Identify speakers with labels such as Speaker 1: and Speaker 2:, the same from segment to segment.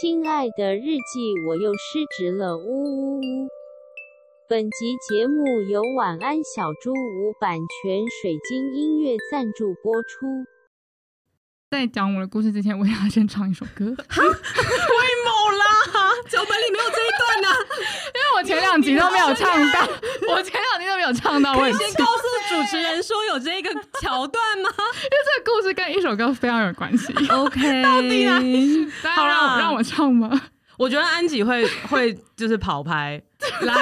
Speaker 1: 亲爱的日记，我又失职了，呜呜呜！本集节目由晚安小猪屋版权水晶音乐赞助播出。
Speaker 2: 在讲我的故事之前，我也要先唱一首 歌，因
Speaker 3: 为某啦，脚本里没有这一段啊呢、
Speaker 2: 为我前两集都没有唱到，我前两集都没有唱到，我
Speaker 3: 可
Speaker 2: 很
Speaker 3: 以
Speaker 2: 气
Speaker 3: 先告诉主持人说有这个桥段吗
Speaker 2: 这个故事跟一首歌非常有关系。
Speaker 3: ？OK，
Speaker 2: 到底哪 大家
Speaker 3: 啊好
Speaker 2: 让我
Speaker 3: 啦
Speaker 2: 让我唱吗？
Speaker 3: 我觉得安吉会会就是跑拍，来，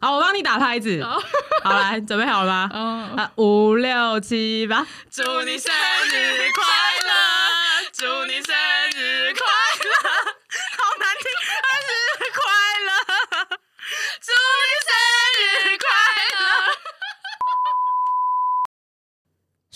Speaker 3: 好，我帮你打拍子，
Speaker 2: 好
Speaker 3: 好来，准备好了吗？
Speaker 2: 嗯，
Speaker 3: 啊，五六七八，祝你生日快乐，祝你生日快乐， 好难听，生日快乐， 祝你生日快乐。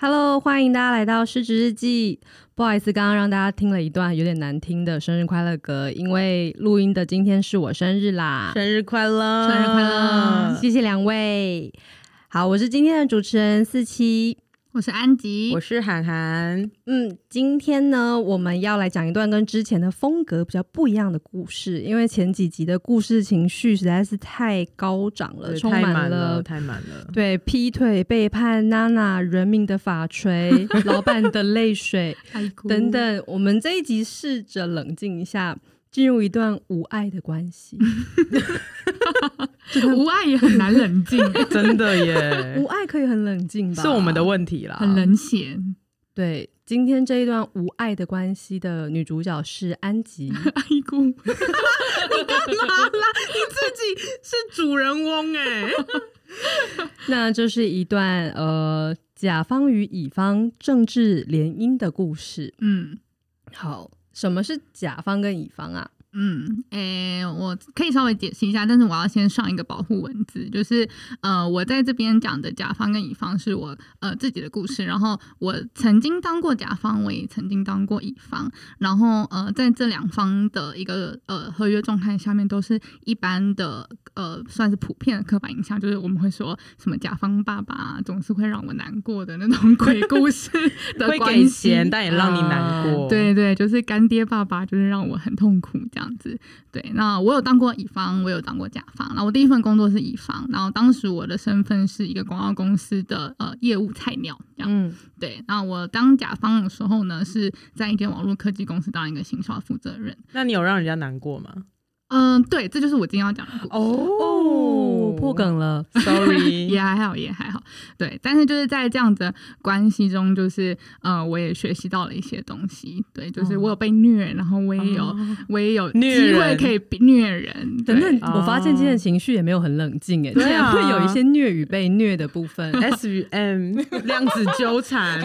Speaker 4: Hello，欢迎大家来到《失职日记》。不好意思，刚刚让大家听了一段有点难听的生日快乐歌，因为录音的今天是我生日啦》，，
Speaker 3: 生日快乐！
Speaker 2: 生日快乐！
Speaker 4: 谢谢两位。好，我是今天的主持人四七。
Speaker 2: 我是安吉
Speaker 3: 我，是涵涵，
Speaker 4: 嗯，今天呢，我们要来讲一段跟之前的风格比较不一样的故事，因为前几集的故事情绪实在是太高涨了，充
Speaker 3: 太
Speaker 4: 满
Speaker 3: 满
Speaker 4: 了
Speaker 3: 太满了。
Speaker 4: 对劈腿、背叛、娜娜、人民的 法锤、老板的泪水，等等，我们这一集试着冷静一下，进入一段无爱的关系。
Speaker 2: 无爱也很难冷 静，
Speaker 3: 真的
Speaker 4: 无
Speaker 3: 耶，
Speaker 4: 爱可以很冷静吧？
Speaker 3: 是我们的问题啦。
Speaker 2: 很冷血。
Speaker 4: 对。今天这一段无爱的关系的女主角是 安吉，
Speaker 2: 爱哭，
Speaker 3: 自己是主人翁 哎，
Speaker 4: 那这是一段呃甲方与乙方政治联姻的故事。
Speaker 2: 嗯
Speaker 4: 好，什么是甲方跟乙方啊？
Speaker 2: 嗯，诶、我可以稍微解释一下，但是我要先上一个保护文字，就是呃，我在这边讲的甲方跟乙方是我呃自己的故事，然后我曾经当过甲方，我也曾经当过乙方，然后呃，在这两方的一个呃合约状态下面，都是一般的呃算是普遍的刻板印象，就是我们会说什么甲方爸爸总是会让我难过的那种鬼故事的
Speaker 3: 会
Speaker 2: 关
Speaker 3: 给
Speaker 2: 系
Speaker 3: 钱，但也让你难过。
Speaker 2: 对对，就是干爹爸爸，就是让我很痛苦这样子。对，那我有当过乙方，我有当过甲方。然后我第一份工作是乙方，然后当时我的身份是一个广告公司的呃业务菜鸟这样。
Speaker 4: 嗯，
Speaker 2: 对，那我当甲方的时候呢，是在一间网络科技公司当一个行销负责人。
Speaker 3: 那你有让人家难过吗？
Speaker 2: 嗯，对，这就是我今天要讲的故事。
Speaker 3: 哦
Speaker 4: 哦，破梗了，
Speaker 2: 也
Speaker 3: ，sorry。
Speaker 2: 还好，也还好，对。但是就是在这样的关系中，就是呃，我也学习到了一些东西，对，就是我有被虐，然后我也
Speaker 3: 哦
Speaker 2: 有、我也有
Speaker 3: 虐
Speaker 2: 机会
Speaker 3: 人
Speaker 2: 可以被虐人，
Speaker 4: 等等
Speaker 2: 对，
Speaker 4: 我发现今天的情绪也没有很冷静诶，竟
Speaker 3: 对啊
Speaker 4: 然会有一些虐与被虐的部分。 哎
Speaker 3: S 与 M 量子纠 缠，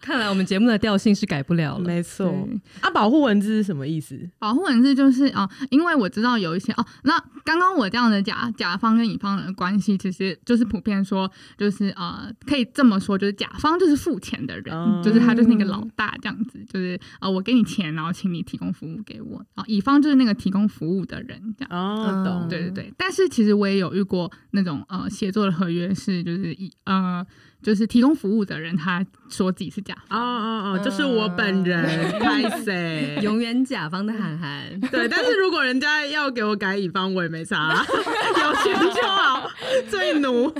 Speaker 4: 看来我们节目的调性是改不了了。
Speaker 3: 没错
Speaker 2: 对。
Speaker 3: 啊，保护文字是什么意思？
Speaker 2: 保护文字就是啊、哦因为我知道有一些哦，那刚刚我这样的甲甲方跟乙方的关系，其实就是普遍说，就是呃，可以这么说，就是甲方就是付钱的人，
Speaker 3: 哦
Speaker 2: 就是他就是那个老大这样子，就是呃，我给你钱，然后请你提供服务给我，然后乙方就是那个提供服务的人这样。
Speaker 3: 哦，懂。
Speaker 2: 对对对，但是其实我也有遇过那种呃协作的合约是就是以呃就是提供服务的人他说自己是甲
Speaker 3: 哦
Speaker 2: 方，
Speaker 3: 哦哦，就是我
Speaker 2: 嗯
Speaker 3: 本人，拍谁？
Speaker 4: 永远甲方的涵涵，
Speaker 3: 对，但是如果人家要给我改乙方，我也 没差，啊有钱就好，最奴。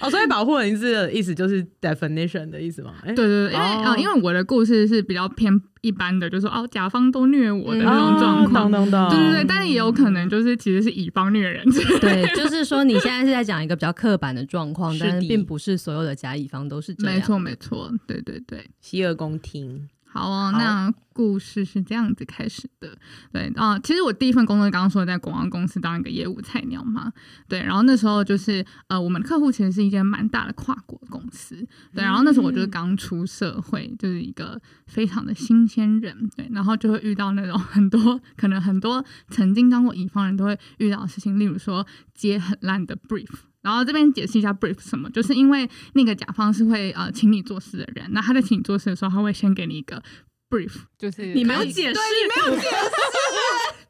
Speaker 3: 哦，所以保护文字的意思就是 definition 的意思吗？哎
Speaker 2: 对对对，因为、
Speaker 3: 哦
Speaker 2: 呃因为我的故事是比较偏一般的，就是说哦甲方都虐我的那种状
Speaker 3: 哦懂
Speaker 2: 况。
Speaker 3: 懂懂，
Speaker 2: 对对对，但是也有可能就是其实是乙方虐人，
Speaker 4: 对，就是说你现在是在讲一个比较刻板的状况，
Speaker 3: 是的
Speaker 4: 但是并不是所有的甲乙方都是这样。
Speaker 2: 没错没错，对对对。
Speaker 3: 洗耳恭听。
Speaker 2: 好哦，
Speaker 3: 好
Speaker 2: 那故事是这样子开始的。对啊、其实我第一份工作刚刚说在广告公司当一个业务菜鸟嘛，对，然后那时候就是呃，我们的客户其实是一间蛮大的跨国公司，对，然后那时候我就是刚出社会，就是一个非常的新鲜人，对，然后就会遇到那种很多 可能很多曾经当过乙方人都会遇到的事情，例如说接很烂的 brief。然后这边解释一下 brief 什么，就是因为那个甲方是会呃请你做事的人，那他在请你做事的时候，他会先给你一个 brief，就是
Speaker 4: 你没有
Speaker 2: 可以
Speaker 4: 解释
Speaker 2: 对你没有解释，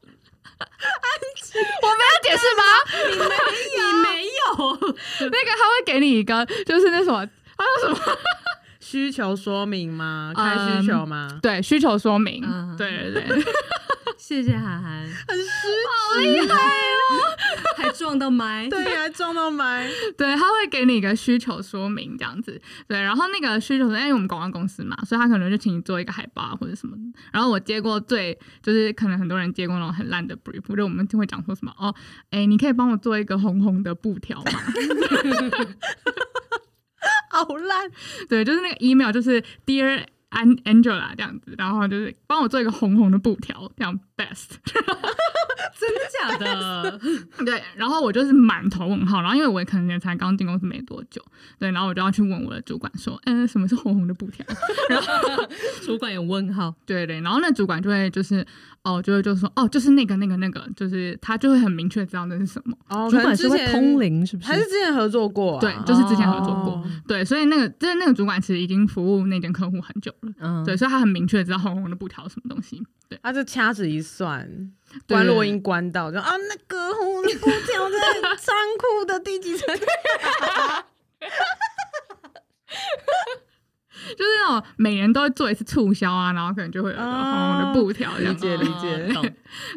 Speaker 2: 我没有解释吗？
Speaker 4: 你没有
Speaker 2: 那个他会给你一个，就是那什么，他说什么？
Speaker 3: 需求说明吗？
Speaker 2: 嗯
Speaker 3: 开需求吗？
Speaker 2: 对，需求说明，
Speaker 4: 嗯
Speaker 2: 对对对，
Speaker 4: 谢谢涵涵，
Speaker 3: 很虚，
Speaker 4: 还撞到 麦，
Speaker 3: 对，还撞到麦，
Speaker 2: 对，他会给你一个需求说明这样子，对，然后那个需求说，因为我们广告公司嘛，所以他可能就请你做一个海报啊或者什么的。然后我接过最就是可能很多人接过那种很烂的 brief，就我们就会讲说什么哦，哎，你可以帮我做一个红红的布条吗？
Speaker 3: 好烂。
Speaker 2: 对，就是那个 email 就是 Dear An Angela 这样子，然后就是帮我做一个红红的布条，这样 best。
Speaker 4: 真的假 的？
Speaker 2: 对，然后我就是满头问号，然后因为我也可能也才刚进公司没多久，对，然后我就要去问我的主管说，嗯，什么是红红的布条？
Speaker 4: 主管有问号，
Speaker 2: 对对，然后那主管就会就是哦，就会就说哦，就是那个那个那个，就是他就会很明确知道那是什么。
Speaker 3: 哦，
Speaker 4: 主
Speaker 3: 可能
Speaker 4: 管
Speaker 3: 之
Speaker 4: 是会
Speaker 3: 前
Speaker 4: 通，灵是不
Speaker 3: 还是之前合作过、啊？
Speaker 2: 对，就是之前合作过。
Speaker 3: 哦
Speaker 2: 对，所以那个就是那个主管其实已经服务那间客户很久了，
Speaker 4: 嗯，
Speaker 2: 对，所以他很明确知道红红的布条是什么东西。对，
Speaker 3: 他就掐指一算，
Speaker 2: 对
Speaker 3: 关落音关到，就啊那个红布条在仓库的第几层？
Speaker 2: 就是那种每人都会做一次促销啊，然后可能就会有一个红红的布条这样子。
Speaker 3: 理解理解
Speaker 4: 哦懂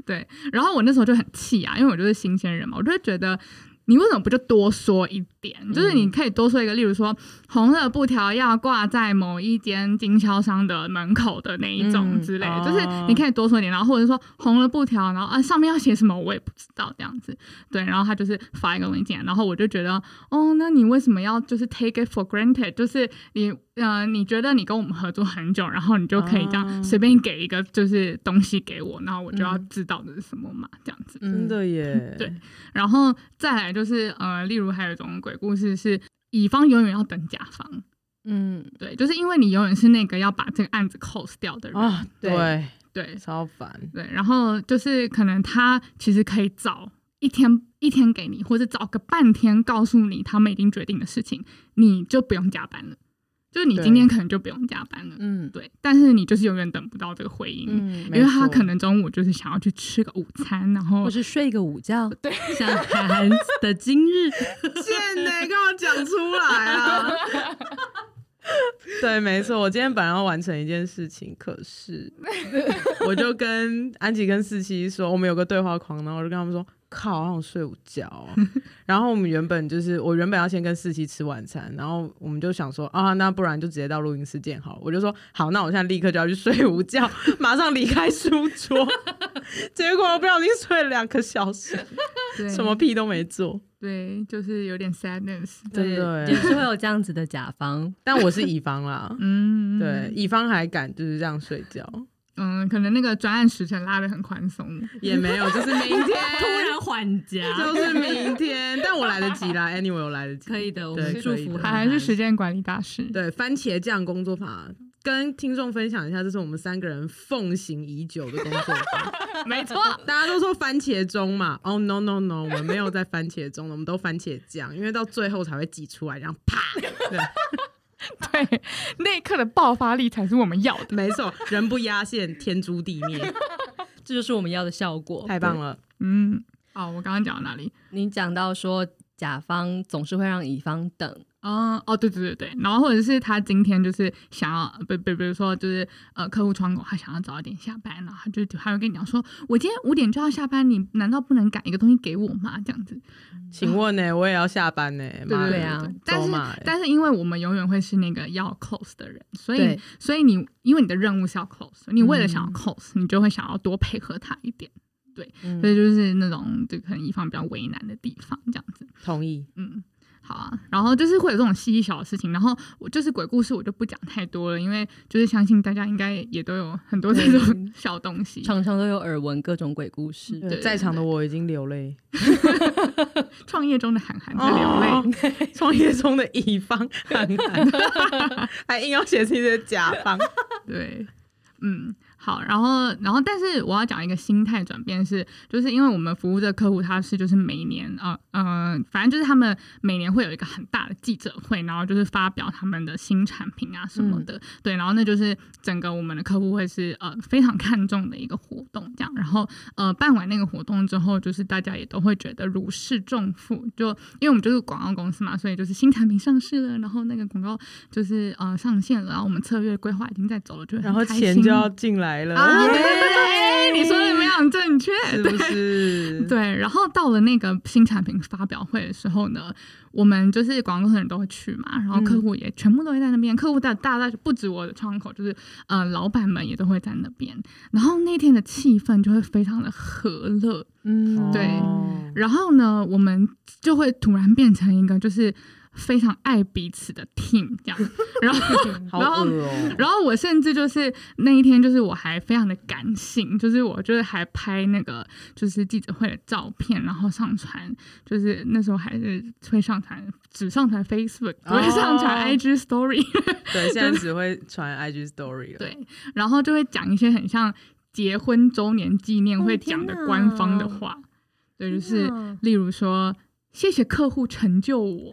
Speaker 2: 对，然后我那时候就很气啊，因为我就是新鲜人嘛，我就会觉得。你为什么不就多说一点？就是
Speaker 3: 嗯
Speaker 2: 你可以多说一个，例如说红色的布条要挂在某一间经销商的门口的那一种
Speaker 3: 嗯
Speaker 2: 之类的，
Speaker 3: 哦
Speaker 2: 就是你可以多说一点，然后或者说红了布条，然后啊上面要写什么我也不知道这样子。对，然后他就是发一个文件，然后我就觉得哦，那你为什么要就是 take it for granted？就是你呃，你觉得你跟我们合作很久，然后你就可以这
Speaker 3: 哦
Speaker 2: 样随便给一个就是东西给我，然后我就要
Speaker 4: 嗯
Speaker 2: 知道这是什么嘛，这样子。
Speaker 3: 真的耶，
Speaker 2: 嗯对然后再来就是呃，例如还有一种鬼故事是。乙方永远要等甲方，
Speaker 4: 嗯，
Speaker 2: 对，就是因为你永远是那个要把这个案子 close 掉的人，
Speaker 4: 哦
Speaker 3: 啊，对，
Speaker 2: 对
Speaker 3: 超烦，
Speaker 2: 对。然后就是可能他其实可以早一天一天给你，或者早个半天告诉你他们已经决定的事情，你就不用加班了。就是你
Speaker 3: 对
Speaker 2: 今天可能就不用加班了，
Speaker 4: 嗯
Speaker 2: 对。但是你就是永远等不到这个回应，
Speaker 4: 嗯，
Speaker 2: 因为他
Speaker 3: 没错
Speaker 2: 可能中午就是想要去吃个午餐，然后
Speaker 4: 或是睡个午觉，哦对， 像韩寒的今 日，
Speaker 3: 贱呢、干嘛讲出来啊？ 对，没错，我今天本来要完成一件事情，可 是我就跟安吉跟四七说，我们有个对话框，然后我就跟他们说。靠，好想睡午觉 哦、然后我们原本就是，我原本要先跟四七吃晚餐，然后我们就想说啊，那不然就直接到录音室见好了。我就说好，那我现在立刻就要去睡午觉， 马上离开书 桌。结果我不小心睡了两个小时，
Speaker 2: 对
Speaker 3: 什么屁都没做，
Speaker 2: 对，就是有点 sadness，，
Speaker 3: 真的耶
Speaker 4: 也是会有这样子的甲方，
Speaker 3: 但我是乙方啦
Speaker 2: 嗯，
Speaker 3: 对，，乙方还敢就是这样睡觉，
Speaker 2: 嗯，可能那个专案时程拉的很宽松，
Speaker 3: 也没有，就是明
Speaker 4: 突
Speaker 3: 天，
Speaker 4: 然缓夹，
Speaker 3: 就是明天，但我来得及啦，anyway 我来得及，
Speaker 4: 可以的，我
Speaker 3: 对
Speaker 4: 们祝
Speaker 3: 可以
Speaker 4: 福
Speaker 3: 的
Speaker 2: 还还
Speaker 4: 韩寒
Speaker 2: 是时间管理大师，
Speaker 3: 对，番茄酱工作法。跟听众分享一下，这是我们三个人奉行已久的工作法。
Speaker 2: 没错，
Speaker 3: 大家都说番茄钟嘛，哦、no no no，我们没有在番茄钟，我们都番茄酱，因为到最后才会挤出来，然后啪。对，
Speaker 2: 对，那一刻的爆发力才是我们要的，
Speaker 3: 没错，人不压线，天诛地灭，
Speaker 4: 这就是我们要的效果。
Speaker 3: 太棒了。
Speaker 2: 嗯，哦，我刚刚讲到哪里？
Speaker 4: 你讲到说甲方总是会让乙方等，
Speaker 2: 嗯，哦，对对对对，然后或者是他今天就是想要，比比比如说就是呃客户窗口，他想要早一点下班，然后他就他会跟你讲说，我今天五点就要下班，你难道不能赶一个东西给我吗？这样子，
Speaker 3: 请问呢、我也要下班呢、
Speaker 2: 对
Speaker 3: 妈
Speaker 2: 对
Speaker 3: 的
Speaker 4: 对啊
Speaker 2: 但
Speaker 3: 走
Speaker 2: 是
Speaker 3: 嘛欸
Speaker 2: 但是因为我们永远会是那个要 close 的人，所以
Speaker 4: 对
Speaker 2: 所以你因为你的任务是要 close，你为了想要 close，、你就会想要多配合他一点。对，
Speaker 4: 嗯
Speaker 2: 所以就是那种就可能一方比较为难的地方，这样子。
Speaker 3: 同意。
Speaker 2: 嗯，好啊。然后就是会有这种细小的事情，然后我就是鬼故事，我就不讲太多了，因为就是相信大家应该也都有很多这种小东西。
Speaker 4: 常常都有耳闻各种鬼故事。
Speaker 2: 对
Speaker 3: 在场的
Speaker 2: 对
Speaker 3: 我已经流泪，
Speaker 2: 创业中的韩寒在流泪，
Speaker 3: 泪。 创业中的乙方 韩寒，还硬要写自己的甲方，
Speaker 2: 对，嗯，好，然后，然后，但是我要讲一个心态转变是，就是因为我们服务的客户他是就是每年啊、呃，反正就是他们每年会有一个很大的记者会，然后就是发表他们的新产品啊什么的，对，然后那就是整个我们的客户会是呃非常看重的一个活动，这样，然后呃办完那个活动之后，就是大家也都会觉得如释重负，就因为我们就是广告公司嘛，所以就是新产品上市了，然后那个广告就是呃上线了，然后我们策略规划已经在走了，就会很
Speaker 3: 然后
Speaker 2: 开
Speaker 3: 钱
Speaker 2: 心
Speaker 3: 就要进来了，
Speaker 2: 啊，对对对对，你说的非常正确，
Speaker 3: 是
Speaker 2: 对
Speaker 3: 不是？
Speaker 2: 对，然后到了那个新产品发表会的时候呢，我们就是广告公司的人都会去嘛，然后客户也全部都会在那边，客户大大大不止我的窗口，就是呃老板们也都会在那边，然后那天的气氛就会非常的和乐，
Speaker 4: 嗯
Speaker 2: 对
Speaker 3: 哦
Speaker 2: 然后呢，我们就会突然变成一个就是非常爱彼此的 team 这样，然后
Speaker 3: 好
Speaker 2: 然后
Speaker 3: 恶哦，
Speaker 2: 然后我甚至就是那一天，就是我还非常的感性，就是我就是还拍那个就是记者会的照片，然后上传，就是那时候还是会上传，只上传 Facebook，不会上传
Speaker 3: 哦
Speaker 2: IG Story，、
Speaker 3: 对，现在只会传 IG Story 了。
Speaker 2: 对，然后就会讲一些很像结婚周年纪念会讲的官方的话，对，就是例如说谢谢客户成就我，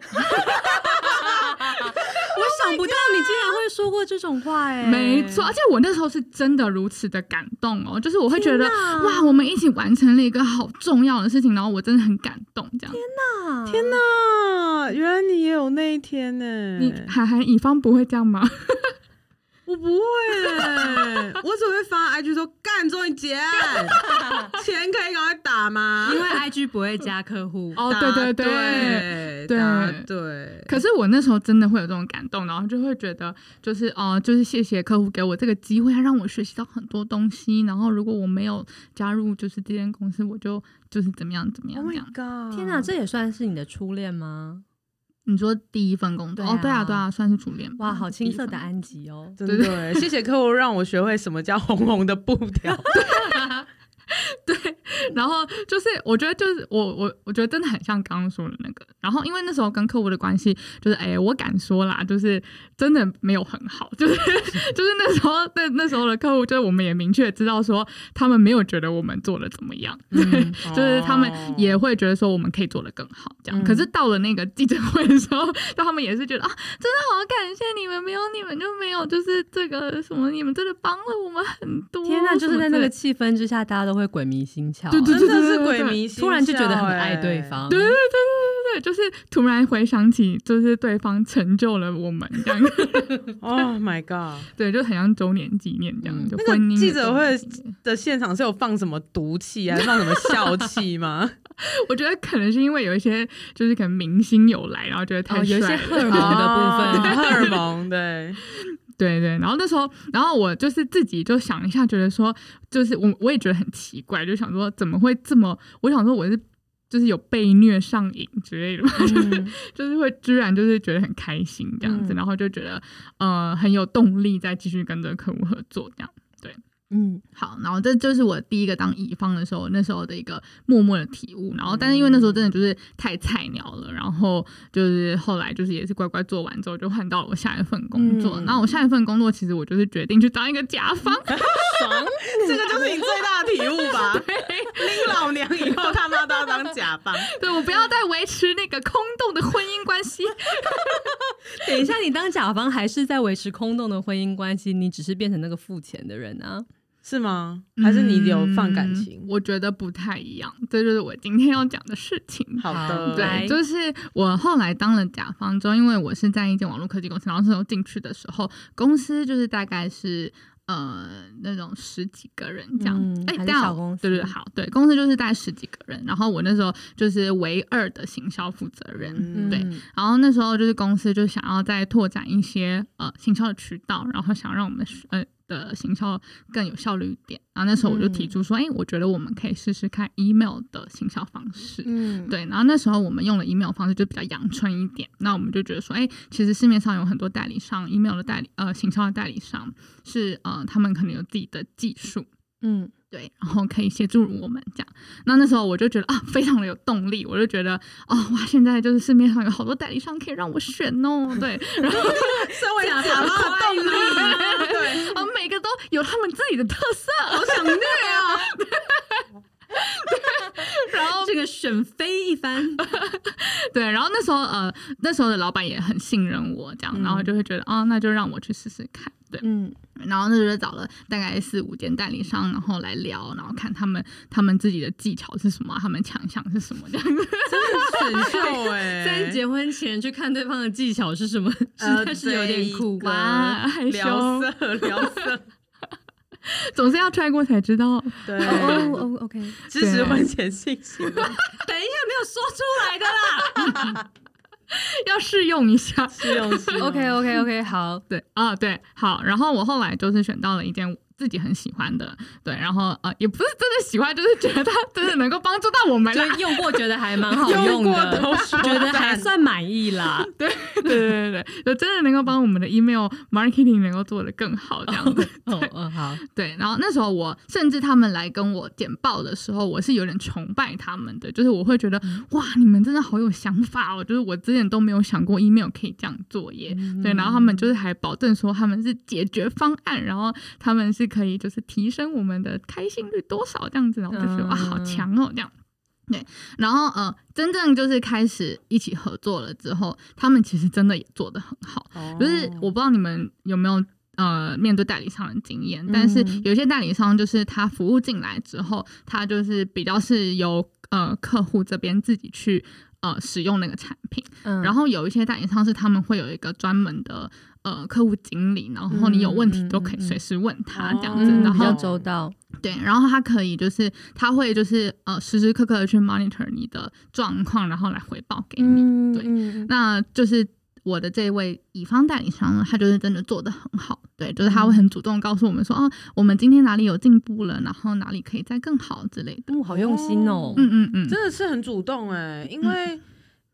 Speaker 4: 我想不到你竟然会说过这种话哎、
Speaker 2: 没错，而且我那时候是真的如此的感动哦，就是我会觉得
Speaker 4: 天哪
Speaker 2: 哇，我们一起完成了一个好重要的事情，然后我真的很感动。这样，
Speaker 4: 啊，
Speaker 3: 天哪，原来你也有那一天呢！
Speaker 2: 你涵涵乙方不会这样吗？
Speaker 3: 我不会，我只会发 IG 说干，终于结 案，钱可以赶快打吗？
Speaker 4: 因为 IG 不会加客户，
Speaker 2: 哦，
Speaker 3: 答
Speaker 2: 对对
Speaker 3: 对
Speaker 2: 对。对
Speaker 3: 答对，
Speaker 2: 可是我那时候真的会有这种感动，然后就会觉得，就是哦、呃就是谢谢客户给我这个机会，他让我学习到很多东西。然后如果我没有加入就是这间公司，我就就是怎么样怎么样
Speaker 3: Oh
Speaker 2: 这
Speaker 3: my
Speaker 2: 样。
Speaker 3: god！
Speaker 4: 天 哪，这也算是你的初恋吗？
Speaker 2: 你说第一份工作、
Speaker 4: 对
Speaker 2: 哦，对啊
Speaker 4: 啊
Speaker 2: 对啊，算是主恋吧。
Speaker 4: 哇，好
Speaker 2: 第一
Speaker 4: 青涩的
Speaker 2: 份
Speaker 4: 安吉哦，
Speaker 3: 真的欸耶，谢谢客户让我学会什么叫红红的 布条。
Speaker 2: 然后就是，我觉得就是我我我觉得真的很像刚刚说的那个。然后因为那时候跟客户的关系，就是哎，我敢说啦，就是真的没有很好，就是就是那时候那那时候的客户，就是我们也明确知道说，他们没有觉得我们做的怎么样，
Speaker 4: 嗯，
Speaker 2: 就是
Speaker 3: 哦
Speaker 2: 他们也会觉得说我们可以做的更好这样。
Speaker 4: 嗯
Speaker 2: 可是到了那个记者会的时候，就他们也是觉得啊，真的好感谢你们，没有你们就没有，就是这个什么，你们真的帮了我们很多。
Speaker 4: 天哪，就是
Speaker 2: 什么
Speaker 4: 在那
Speaker 2: 之类
Speaker 4: 个
Speaker 2: 的
Speaker 4: 气氛之下，大家都会鬼迷心窍，
Speaker 2: 对对
Speaker 3: 真
Speaker 4: 真的
Speaker 3: 的是鬼迷心窍欸
Speaker 4: 突然就觉得很爱对 方，
Speaker 2: 对对对对对对，就是突然回想起，就是对方成就了我们这 样，
Speaker 3: 哎。Oh my god！
Speaker 2: 对，就很像周年纪念这样，
Speaker 4: 嗯
Speaker 2: 就
Speaker 3: 那
Speaker 2: 婚
Speaker 3: 个
Speaker 2: 姻的
Speaker 3: 记者
Speaker 2: 周
Speaker 3: 会
Speaker 2: 年纪念
Speaker 3: 的现场是有放什么毒气啊，还是放什么笑气 吗？
Speaker 2: 我觉得可能是因为有一些就是可能明星有来，然后觉得太
Speaker 4: 哦，有一
Speaker 2: 帅
Speaker 4: 些
Speaker 2: 了
Speaker 4: 荷尔蒙的部
Speaker 3: 哦
Speaker 4: 分，
Speaker 3: 荷尔蒙对，
Speaker 2: 对对，然后那时候，然后我就是自己就想一下，觉得说，就是我我也觉得很奇怪，就想说怎么会这么？我想说我是就是有被虐上瘾之类的吧，就是 就是会居然就是觉得很开心这样子，
Speaker 4: 嗯
Speaker 2: 然后就觉得呃很有动力再继续跟这个客户合作这样。
Speaker 4: 嗯，
Speaker 2: 好，然后这就是我第一个当乙方的时候，那时候的一个默默的体悟。然后，但是因为那时候真的就是太菜鸟了，然后就是后来就是也是乖乖做完之后，就换到了我下一份工作。
Speaker 4: 嗯
Speaker 2: 然后我下一份工作，其实我就是决定去当一个甲 方，
Speaker 3: 这个就是你最大的体悟 吧？拎老娘以后他妈都要当甲 方，
Speaker 2: 对我不要再维持那个空洞的婚姻关系。
Speaker 4: 等一下，你当甲方还是在维持空洞的婚姻关系，你只是变成那个付钱的人啊。
Speaker 3: 是吗？还是你有放感
Speaker 2: 嗯
Speaker 3: 情？
Speaker 2: 我觉得不太一样，这就是我今天要讲的事情。
Speaker 3: 嗯好的，
Speaker 2: 对，
Speaker 4: 来
Speaker 2: 就是我后来当了甲方之后，因为我是在一间网络科技公司，然后那时候进去的时候，公司就是大概是呃那种十几个人这样
Speaker 4: 嗯，
Speaker 2: 哎、
Speaker 4: 还是
Speaker 2: 但
Speaker 4: 小公司
Speaker 2: 对对对好，对公司就是大概十几个人，然后我那时候就是唯二的行销负责人，
Speaker 3: 嗯
Speaker 2: 对，然后那时候就是公司就想要再拓展一些呃行销的渠道，然后想让我们呃的行销更有效率一点。然后那时候我就提出说，哎、我觉得我们可以试试看 email 的行销方式。
Speaker 4: 嗯，
Speaker 2: 对，然后那时候我们用了 email 方式就比较阳春一点，那我们就觉得说，哎，其实市面上有很多代理商 email 的代理呃行销的代理商是呃他们可能有自己的技术，
Speaker 4: 嗯，
Speaker 2: 对，然后可以协助我们这样。那那时候我就觉得啊，非常的有动力，我就觉得哦哇，现在就是市面上有好多代理商可以让我选哦，对，然后
Speaker 3: 身为甲方的 动 力，对，
Speaker 2: 啊每个都有他们自己的特色，
Speaker 3: 好想虐啊！
Speaker 2: 然后
Speaker 4: 这个选妃一番，
Speaker 2: 对，然后那时候呃，那时候的老板也很信任我，这样，然后就会觉得、哦，那就让我去试试看，对，
Speaker 5: 嗯，
Speaker 2: 然后那时候就找了大概四五间代理商，然后来聊，然后看他们他们自己的技巧是什么啊，他们强项是什么这样 子。
Speaker 4: 真的选秀
Speaker 3: 哎
Speaker 4: 在结婚前去看对方的技巧是什么，实在是有点酷
Speaker 3: 呃
Speaker 2: 哇害羞
Speaker 3: 聊 色聊色，
Speaker 2: 总是要 try 过才知道。
Speaker 3: 对，
Speaker 4: 哦哦哦，OK，没
Speaker 3: 支持婚前性行为，
Speaker 4: 有说出来的啦。
Speaker 2: 要试用一下。
Speaker 3: 试用期
Speaker 4: OK OK OK，好，
Speaker 2: 对啊，对，好。然后我后来就是选到了一件自己很喜欢的，对，然后呃，也不是真的喜欢，就是觉得它真的能够帮助到我们
Speaker 4: 就
Speaker 2: 啦。
Speaker 4: 用过觉得还蛮好用
Speaker 3: 用过
Speaker 4: 的
Speaker 3: 都说，
Speaker 4: 觉得还算满意啦。
Speaker 2: 对对对对，就真的能够帮我们的 email marketing 能够做得更好这样子。
Speaker 4: 哦哦，好，
Speaker 2: 对，然后那时候我甚至他们来跟我简报的时候，我是有点崇拜他们的，就是我会觉得
Speaker 4: 嗯
Speaker 2: 哇，你们真的好有想法哦！就是我之前都没有想过 email 可以这样做耶。
Speaker 4: 嗯
Speaker 2: 对，然后他们就是还保证说他们是解决方案，然后他们是可以就是提升我们的开心率多少这样子，然后我就觉得哇，好强哦这样。对，然后呃，真正就是开始一起合作了之后，他们其实真的也做得很好。就是
Speaker 3: 哦
Speaker 2: 我不知道你们有没有呃面对代理商的经验，但是有些代理商就是他服务进来之后，他就是比较是由呃客户这边自己去呃使用那个产品，
Speaker 6: 嗯
Speaker 2: 然后有一些代理商是他们会有一个专门的。呃，客户经理，然后你有问题都可以随时问他、这样子，
Speaker 3: 嗯
Speaker 2: 然
Speaker 4: 比
Speaker 2: 后
Speaker 4: 较周到，
Speaker 2: 对，然后他可以就是他会就是呃时时刻刻的去 monitor 你的状况，然后来回报给你。
Speaker 5: 嗯
Speaker 2: 对
Speaker 5: 嗯
Speaker 2: 那就是我的这位乙方代理商呢，他就是真的做的很好，对，就是他会很主动告诉我们说，哦，我们今天哪里有进步了，然后哪里可以再更好之类的。
Speaker 4: 嗯，好用心哦。
Speaker 2: 嗯嗯嗯，
Speaker 3: 真的是很主动哎、因为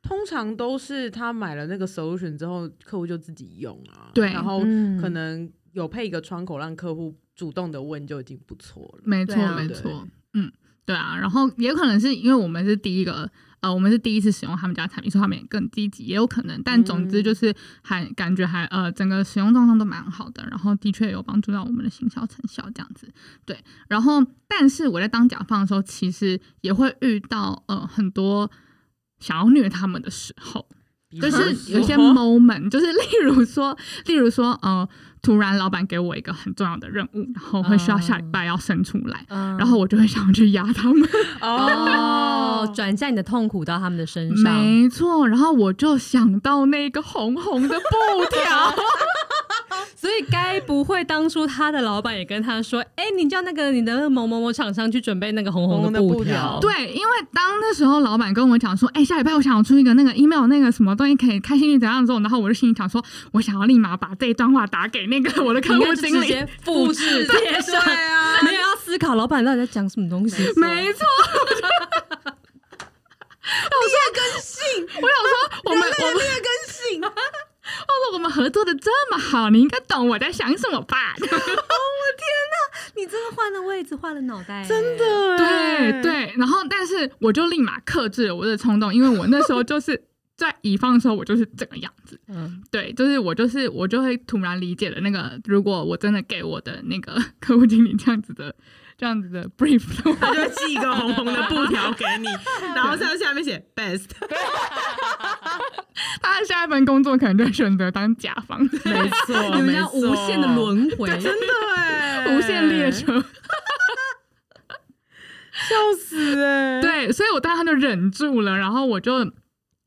Speaker 3: 通常都是他买了那个 solution 之后，客户就自己用啊，
Speaker 2: 对
Speaker 3: 然后
Speaker 5: 嗯
Speaker 3: 可能有配一个窗口让客户主动的问就已经不错了。
Speaker 2: 没错、
Speaker 5: 对啊
Speaker 2: 没
Speaker 3: 对
Speaker 2: 错，嗯，对啊，然后也可能是因为我们是第一个。呃，我们是第一次使用他们家的产品，所以他们也更积极，也有可能。但总
Speaker 3: 嗯
Speaker 2: 之就是还感觉还呃，整个使用状况都蛮好的，然后的确有帮助到我们的行销成效这样子。对，然后但是我在当甲方的时候，其实也会遇到呃很多想要虐他们的时候，
Speaker 3: 比
Speaker 2: 就
Speaker 3: 方
Speaker 2: 是有一些
Speaker 3: 说
Speaker 2: moment，就是例如说，例如说，呃，突然老板给我一个很重要的任务，然后会需要下
Speaker 3: 哦
Speaker 2: 礼拜要生出来，然后我就会想要去压他们。
Speaker 4: 哦，转嫁你的痛苦到他们的身上，
Speaker 2: 没错，然后我就想到那个红红的布 条，
Speaker 4: 所以该不会当初他的老板也跟他说：“哎，你叫那个你的某某某厂商去准备那个红
Speaker 3: 红
Speaker 4: 红
Speaker 3: 红的
Speaker 4: 的布
Speaker 3: 布条
Speaker 4: 条。”，
Speaker 2: 对，因为当那时候老板跟我讲说，哎、下礼拜我想要出一个那个 email 那个什么东西可以开心率怎样的时候，然后我就心里想说，我想要立马把这一段话打给那个我的客
Speaker 4: 你
Speaker 2: 户
Speaker 4: 看就
Speaker 2: 经
Speaker 4: 直
Speaker 2: 理，
Speaker 4: 接复制贴 上，
Speaker 3: 对啊，
Speaker 4: 没有要思考老板到底在讲什么东西。
Speaker 2: 没错。 我说，我 想说，我们 我们
Speaker 3: 劣根性，
Speaker 2: 我说我们合作的这么好，你应该懂我在想什么吧？
Speaker 4: 你真的换了位置，换了脑袋，
Speaker 3: 真。的欸
Speaker 2: 对，对，然后但是我就立马克制了我的冲动，因为我那时候就是 在乙方的时候，我就是这个样子。
Speaker 4: 嗯，
Speaker 2: 对，就是我就是我就会突然理解了那个，如果我真的给我的那个 客户经理这样子的这样子的 brief 的话
Speaker 3: 他，就会寄一个红红的布条给 你，然后在下面写 best，
Speaker 2: 他下一份工作可能就会选择当甲方，
Speaker 4: 没错，
Speaker 3: 你
Speaker 4: 你
Speaker 3: 们
Speaker 4: 们
Speaker 3: 要
Speaker 4: 要
Speaker 3: 无
Speaker 4: 无
Speaker 3: 限
Speaker 4: 限
Speaker 3: 的
Speaker 4: 的
Speaker 3: 轮
Speaker 4: 轮回，
Speaker 3: 真的哎、
Speaker 2: 无限列，车。
Speaker 3: 笑死哎、
Speaker 2: 对，所以我当时就忍住了，然后我就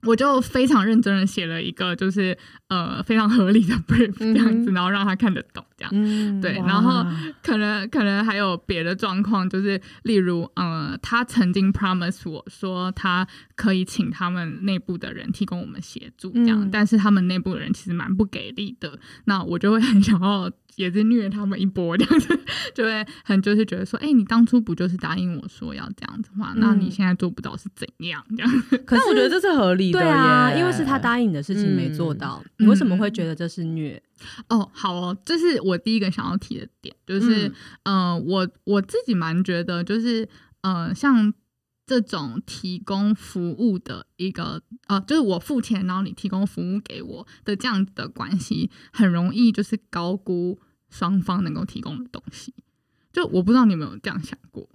Speaker 2: 我就非常认真的写了一个就是呃非常合理的 brief 这样子，然后让他看得懂这样。
Speaker 3: 嗯
Speaker 2: 对，
Speaker 3: 哇
Speaker 2: 然后可能可能还有别的状况，就是例如，呃，他曾经 promise 我说他可以请他们内部的人提供我们协助这样，
Speaker 5: 嗯
Speaker 2: 但是他们内部的人其实蛮不给力的，那我就会很想要也是虐他们一波这样子， 就会很就是觉得说，哎、你当初不就是答应我说要这样子吗？那你现在做不到是怎样这样？
Speaker 4: 可
Speaker 3: 但我觉得这是合理的
Speaker 4: 对啊，
Speaker 3: 耶
Speaker 4: 因为是他答应你的事情没做到，你为什么会觉得这是虐？
Speaker 2: 哦，好哦，这是我第一个想要提的点，就是，嗯、呃，我我自己蛮觉得，就是，呃，像这种提供服务的一个，呃，就是我付钱，然后你提供服务给我的这样子的关系，很容易就是高估双方能够提供的东西。就我不知道你们有这样想过，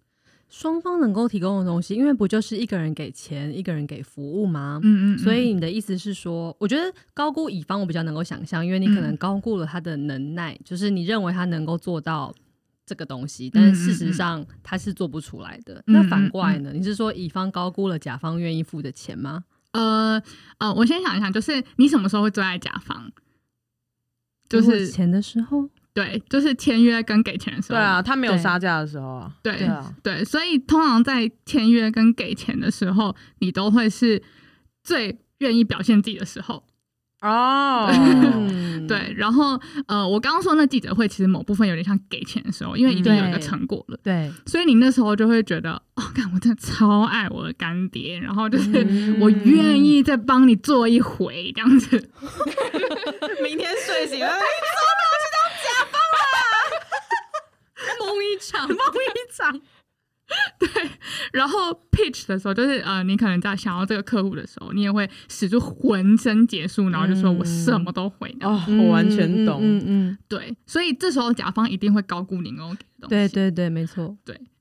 Speaker 4: 双方能够提供的东西，因为不就是一个人给钱，一个人给服务吗？
Speaker 2: 嗯嗯，
Speaker 4: 所以你的意思是说，我觉得高估乙方我比较能够想象，因为你可能
Speaker 2: 嗯
Speaker 4: 高估了他的能耐，就是你认为他能够做到这个东西，但是事实上他是做不出来的。
Speaker 2: 嗯
Speaker 4: 那反过来呢？你是说乙方高估了甲方愿意付的钱吗？
Speaker 2: 呃呃，我先想一想，就是你什么时候会最爱甲方？就
Speaker 4: 给我
Speaker 2: 是
Speaker 4: 钱的时候，
Speaker 3: 哦
Speaker 2: 对，就是签约跟给钱的时候。
Speaker 3: 对啊，，他没有
Speaker 4: 对
Speaker 3: 杀价的时候啊，
Speaker 2: 对
Speaker 3: 对啊，
Speaker 2: 对，所以通常在签约跟给钱的时候，你都会是最愿意表现自己的时候。
Speaker 3: 哦，
Speaker 4: 嗯，
Speaker 2: 对，然后呃，我刚刚说那记者会，其实某部分有点像给钱的时候，因为已经有一个
Speaker 4: 对
Speaker 2: 成果了，
Speaker 4: 对，
Speaker 2: 所以你那时候就会觉得，哦，看我真的超爱我的干爹，然后就是。
Speaker 4: 嗯
Speaker 2: 我愿意再帮你做一回这样子，
Speaker 3: 明天睡醒了，哎
Speaker 4: 梦一场，梦一场。
Speaker 2: 然后 pitch 的时候，就是呃，你可能在想要这个客户的时候，你也会使出浑身解数，然后就说我什么都会的。
Speaker 3: 哦，我完全懂，
Speaker 4: 嗯嗯，
Speaker 2: 对，所以这时候甲方一定会高估你哦，给的东西。
Speaker 4: 对对对，没错，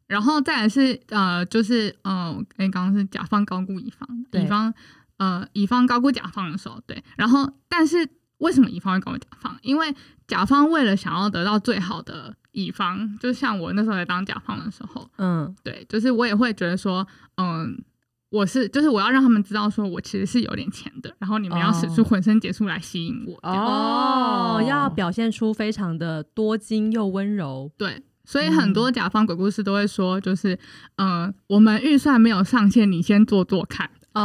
Speaker 2: 然后再来是呃，就是呃，哎，刚刚是甲方高估乙方，
Speaker 4: 对
Speaker 2: 乙方呃，乙方高估甲方的时候，对。然后，但是为什么乙方会高估甲方？因为甲方为了想要得到最好的乙方，就像我那时候在当甲方的时候，
Speaker 4: 嗯
Speaker 2: 对，就是我也会觉得说，嗯。我是，就是我要让他们知道，说我其实是有点钱的，然后你们要使出
Speaker 4: 哦
Speaker 2: 浑身解数来吸引
Speaker 4: 嗯
Speaker 2: 我。这样
Speaker 3: 哦，
Speaker 4: 要表现出非常的多金又温柔，
Speaker 2: 对，所以很多甲方鬼故事都会说，就是，嗯、我们预算没有上限，你先做做看。
Speaker 4: 哦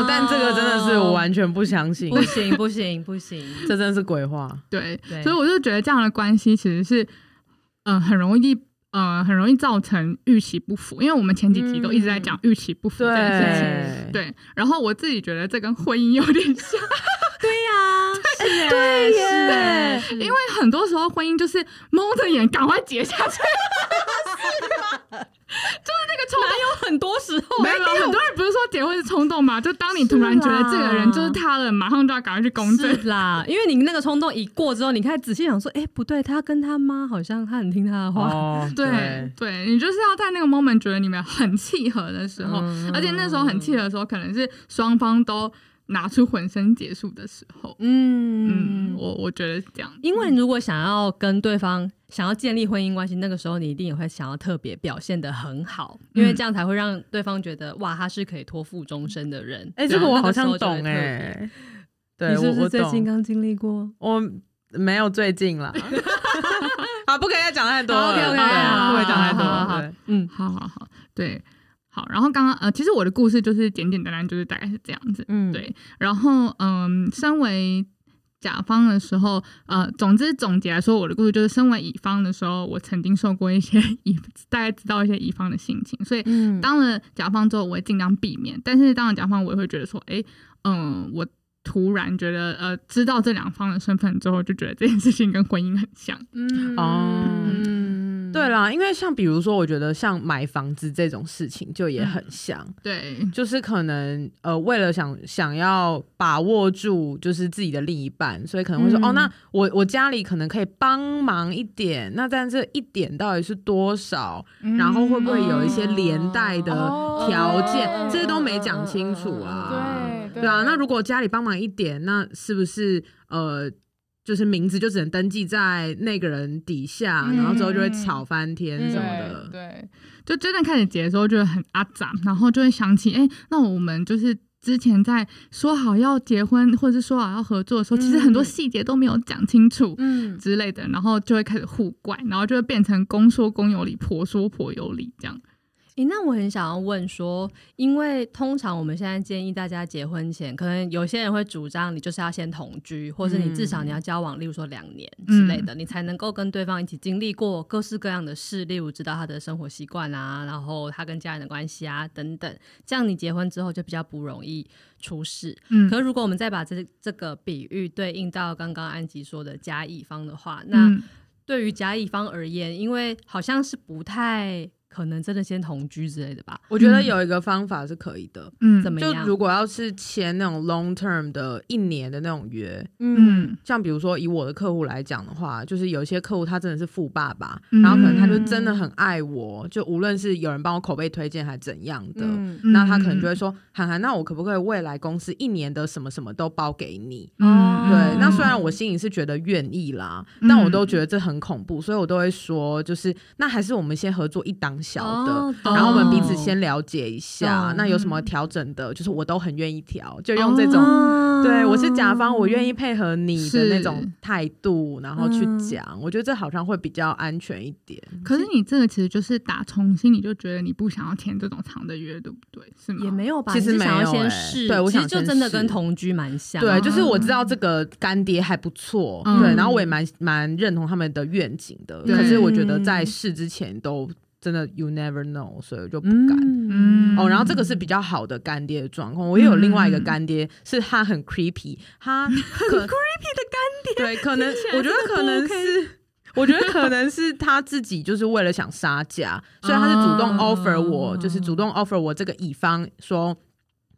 Speaker 3: 哦，但这个真的是我完全不相信，
Speaker 4: 不行不行不行，
Speaker 3: 这真的是鬼话。
Speaker 2: 对，
Speaker 4: 对
Speaker 2: 所以我就觉得这样的关系其实是，嗯、很容易，呃，很容易造成预期不符，因为我们前几集都一直在讲预期不符这件事情。
Speaker 3: 对，
Speaker 2: 对，然后我自己觉得这跟婚姻有点像，
Speaker 4: 啊对耶，
Speaker 2: 因为很多时候婚姻就是蒙着眼赶快结下去，就是那个冲动。
Speaker 4: 有很多时候啊
Speaker 2: 没有，很多人不是说结婚是冲动嘛？就当你突然觉得这个人就是他了，马上就要赶快去公证
Speaker 4: 是。啦，因为你那个冲动一过之后，你开始仔细想说，哎、不对，他跟他妈好像他很听他的话，
Speaker 3: 哦，
Speaker 2: 对，对，你就是要在那个 moment 觉得你们很契合的时候，
Speaker 4: 嗯
Speaker 2: 而且那时候很契合的时候，可能是双方都拿出浑身解数的时候。
Speaker 4: 嗯
Speaker 2: 嗯，我我觉得是这样，
Speaker 4: 因为如果想要跟对方想要建立婚姻关系，那个时候你一定也会想要特别表现的很好，
Speaker 3: 嗯
Speaker 4: 因为这样才会让对方觉得哇，他是可以托付终身的人。
Speaker 3: 哎，这
Speaker 4: 对啊
Speaker 3: 个我
Speaker 4: 那
Speaker 3: 好
Speaker 4: 时候
Speaker 3: 像
Speaker 4: 就会
Speaker 3: 懂
Speaker 4: 特别
Speaker 3: 哎，对，
Speaker 4: 你是
Speaker 3: 我
Speaker 4: 不是
Speaker 3: 我
Speaker 4: 最
Speaker 3: 懂，
Speaker 4: 近刚经历过？
Speaker 3: 我没有最近 啦。啊，不可以再讲太多了对
Speaker 4: OK，OK，好
Speaker 3: 不可以讲太多
Speaker 4: 好好好
Speaker 3: 了。对
Speaker 4: 嗯
Speaker 2: 好好好，对，好。然后刚刚呃，其实我的故事就是简简单单，就是大概是这样子。
Speaker 4: 嗯
Speaker 2: 对然后嗯，身为甲方的时候，呃，总之总结来说，我的故事就是，身为乙方的时候，我曾经受过一些乙， 大概知道一些乙方的心情，所以
Speaker 4: 嗯
Speaker 2: 当了甲方之后，我会尽量避免。但是当了甲方，我也会觉得说，哎，嗯，我突然觉得，呃，知道这两方的身份之后，就觉得这件事情跟婚姻很像。
Speaker 4: 嗯
Speaker 3: 哦
Speaker 4: 嗯
Speaker 3: 对啦，哦因为像比如说，我觉得像买房子这种事情就也很像，
Speaker 4: 嗯
Speaker 2: 对，
Speaker 3: 就是可能呃，为了想想要把握住就是自己的另一半，所以可能会说、哦，
Speaker 4: 嗯
Speaker 3: 那我我家里可能可以帮忙一点，那但这一点到底是多少？然后会不会有一些连带的
Speaker 4: 哦
Speaker 3: 条件？
Speaker 5: 对
Speaker 3: 这些都没讲清楚啊。
Speaker 5: 对
Speaker 3: 嗯对啊，那如果家里帮忙一点，那是不是呃？就是名字就只能登记在那个人底下，然后之后就会吵翻天什么的。
Speaker 2: 对，就真的开始结的时候，就会很阿杂，然后就会想起，哎、那我们就是之前在说好要结婚，或者是说好要合作的时候，其实很多细节都没有讲清楚，
Speaker 3: 嗯，
Speaker 2: 之类的，然后就会开始互怪，然后就会变成公说公有理，婆说婆有理这样。
Speaker 4: 诶，那我很想要问说，因为通常我们现在建议大家结婚前，可能有些人会主张你就是要先同居，或是你至
Speaker 3: 嗯
Speaker 4: 少你要交往，例如说两年之类的，你才能够跟对方一起经历过各式各样的事，例如知道他的生活习惯啊，然后他跟家人的关系啊等等，这样你结婚之后就比较不容易出事。
Speaker 2: 嗯
Speaker 4: 可是如果我们再把这这个比喻对应到刚刚安吉说
Speaker 3: 嗯
Speaker 4: 的嗯甲乙方的话，那、对于甲乙方而言，因为好像是不太可能真的先同居之类的吧。
Speaker 3: 我觉得有一个方法是可以的，
Speaker 2: 嗯
Speaker 4: 怎么
Speaker 3: 就
Speaker 4: 样？
Speaker 3: 如果要是签那种 long term 的一年的那种约，
Speaker 2: 嗯
Speaker 3: 像比如说以我的客户来讲的话，就是有一些客户他真的是富爸爸，
Speaker 2: 嗯
Speaker 3: 然后可能他就真的很爱我，就无论是有人帮我口碑推荐还怎样的，
Speaker 6: 嗯，
Speaker 2: 嗯
Speaker 3: 那他可能就会说，涵涵，那我可不可以未来公司一年的什么什么都包给你？
Speaker 2: 嗯嗯
Speaker 3: 对，那虽然我心里是觉得愿意啦，但我都觉得这很恐怖，所以我都会说，就是那还是我们先合作一档小的，
Speaker 4: 哦懂
Speaker 3: 然后我们彼此先了解一下，
Speaker 4: 懂
Speaker 3: 那有什么调整的，就是我都很愿意调，就用这种。
Speaker 2: 哦
Speaker 4: 哦
Speaker 3: 对，我是甲方，我愿意配合你的
Speaker 2: 是
Speaker 3: 那种态度，然后去
Speaker 6: 嗯
Speaker 3: 讲，我觉得这好像会比较安全一点。
Speaker 2: 嗯可是你这个其实就是打从心里就觉得你不想要签这种长的约，对不对？是吗？
Speaker 4: 也没有吧，
Speaker 3: 其实
Speaker 4: 你是想要
Speaker 3: 没有欸
Speaker 4: 先试，
Speaker 3: 对我
Speaker 4: 其
Speaker 3: 想
Speaker 4: 实就
Speaker 3: 先
Speaker 4: 真的
Speaker 3: 试
Speaker 4: 跟同居蛮像的。
Speaker 3: 对，就是我知道这个干爹还不错，
Speaker 2: 嗯
Speaker 3: 对，然后我也蛮蛮认同他们的愿景的。
Speaker 2: 对嗯
Speaker 3: 可是我觉得在试之前都真的 you never know，所以我就不敢。
Speaker 4: 嗯，
Speaker 3: 哦，然后这个是比较好的干爹的状况。我也有另外一个干爹，是他很 creepy，他嗯 很 creepy 的干爹。对，可能我觉得可能是， 我觉得可能是他自己就是为了想杀价，所以他是主动
Speaker 4: 哦
Speaker 3: offer 我，就是主动 offer 我这个乙方说，